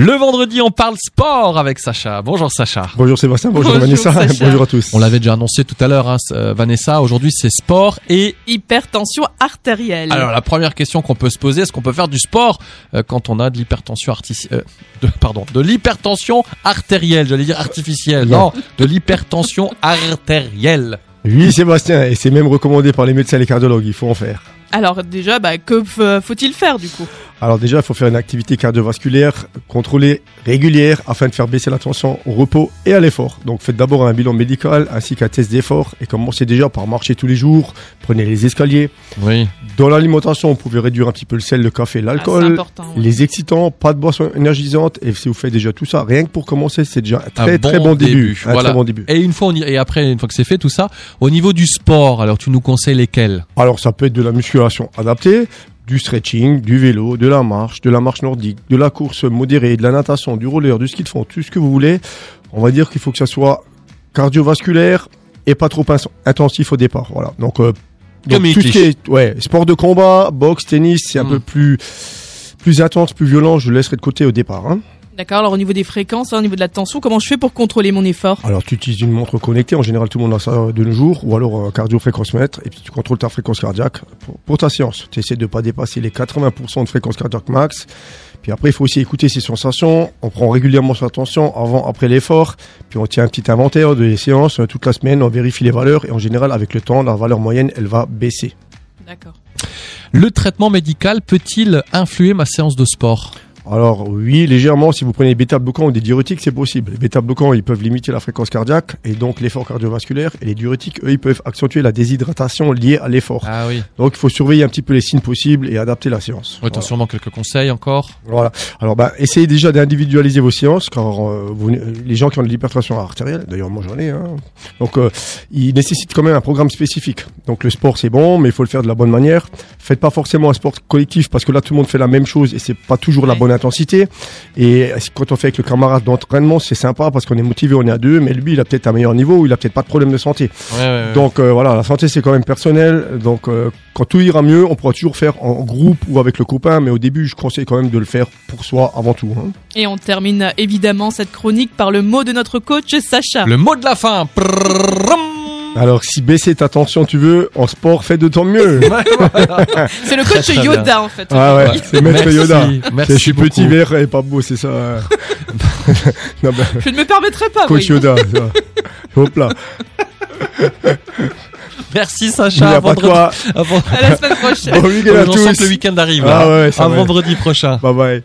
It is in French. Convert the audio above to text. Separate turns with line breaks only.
Le vendredi, on parle sport avec Sacha. Bonjour Sacha.
Bonjour Sébastien, bonjour,
Bonjour,
Vanessa,
Sacha.
bonjour à tous.
On l'avait déjà annoncé tout à l'heure, hein, c- euh, Vanessa. Aujourd'hui, c'est sport. Et
Hypertension artérielle.
alors, la première question qu'on peut se poser, est-ce qu'on peut faire du sport euh, quand on a de l'hypertension artificielle de, Pardon, de l'hypertension artérielle. J'allais dire artificielle. Non, de l'hypertension artérielle.
Oui Sébastien, et c'est même recommandé par les médecins et les cardiologues, il faut en faire.
Alors déjà, bah, que f- faut-il faire du coup
Alors déjà, il faut faire une activité cardiovasculaire contrôlée, régulière, afin de faire baisser la tension au repos et à l'effort. Donc faites d'abord un bilan médical ainsi qu'un test d'effort et commencez déjà par marcher tous les jours, prenez les escaliers.
Oui.
Dans l'alimentation, vous pouvez réduire un petit peu le sel, le café,
Ah, C'est
l'alcool.
important. ouais.
les excitants, pas de boisson énergisante et si vous faites déjà tout ça, rien que pour commencer, c'est déjà un très
bon
très bon début,
début,
un
voilà.
très bon début.
Et une fois, on y- et après, une fois que c'est fait, tout ça, au niveau du sport, alors tu nous conseilles lesquels
Alors ça peut être de la musculation adaptée, du stretching, du vélo, de la marche, de la marche nordique, de la course modérée, de la natation, du roller, du ski de fond, tout ce que vous voulez. On va dire qu'il faut que ça soit cardiovasculaire et pas trop ins- intensif au départ. Voilà. Donc, euh, donc,
Comme
tout ce
Hitlich.
qui est ouais, sport de combat, boxe, tennis, c'est un
Hmm.
peu plus plus intense, plus violent. Je le laisserai de côté au départ. hein.
D'accord. Alors au niveau des fréquences, hein, au niveau de la tension, comment je fais pour contrôler mon effort
Alors tu utilises une montre connectée, en général tout le monde a ça euh, de nos jours, ou alors un cardio-fréquence-mètre, et puis tu contrôles ta fréquence cardiaque pour, pour ta séance. Tu essaies de pas dépasser les 80% de fréquence cardiaque max, puis après il faut aussi écouter ses sensations, on prend régulièrement sa tension avant, après l'effort, puis on tient un petit inventaire des séances euh, toute la semaine, on vérifie les valeurs, et en général avec le temps, la valeur moyenne elle va baisser.
D'accord.
Le traitement médical peut-il influer ma séance de sport
Alors oui, légèrement, si vous prenez des bêta-bloquants ou des diurétiques, c'est possible. Les bêta-bloquants, ils peuvent limiter la fréquence cardiaque et donc l'effort cardiovasculaire. Et les diurétiques, eux, ils peuvent accentuer la déshydratation liée à l'effort.
Ah oui.
Donc il faut surveiller un petit peu les signes possibles et adapter la séance.
Oui, t'as sûrement quelques conseils encore.
Voilà. Alors, bah, essayez déjà d'individualiser vos séances, car euh, vous- les gens qui ont de l'hypertension artérielle, d'ailleurs moi j'en ai, hein, donc euh, ils nécessitent quand même un programme spécifique. Donc le sport c'est bon, mais il faut le faire de la bonne manière. Faites pas forcément un sport collectif, parce que là tout le monde fait la même chose et c'est pas toujours la
Ouais.
bonne intensité. Et euh, quand on fait avec le camarade d'entraînement, c'est sympa parce qu'on est motivé, on est à deux, mais lui il a peut-être un meilleur niveau, il a peut-être pas de problème de santé.
Ouais, ouais, ouais.
Donc euh, voilà, la santé c'est quand même personnel. Donc euh, quand tout ira mieux, on pourra toujours faire en groupe ou avec le copain. Mais au début, je conseille quand même de le faire pour soi avant tout. hein.
Et on termine évidemment cette chronique par le mot de notre coach Sacha.
Le mot de la fin. Prrrrum.
Alors si baisser ta tension tu veux, en sport fais de ton mieux.
C'est le coach
Très, très
Yoda
bien.
en fait.
ah ouais, c'est maître
Merci,
Yoda.
Merci
Je suis
beaucoup.
petit vert et pas beau, c'est ça. euh. non, bah,
Je ne me permettrai
Ah
pas.
coach
oui.
Yoda. ça. Hop là.
Merci
Il n'y
Sacha.
a
À
pas de
vendredi.
quoi.
à vend-
À la semaine prochaine.
Bon week-end à
On sent que
tous.
le week-end arrive.
Ah
là.
ouais, ça
à
va.
vendredi prochain.
Bye bye.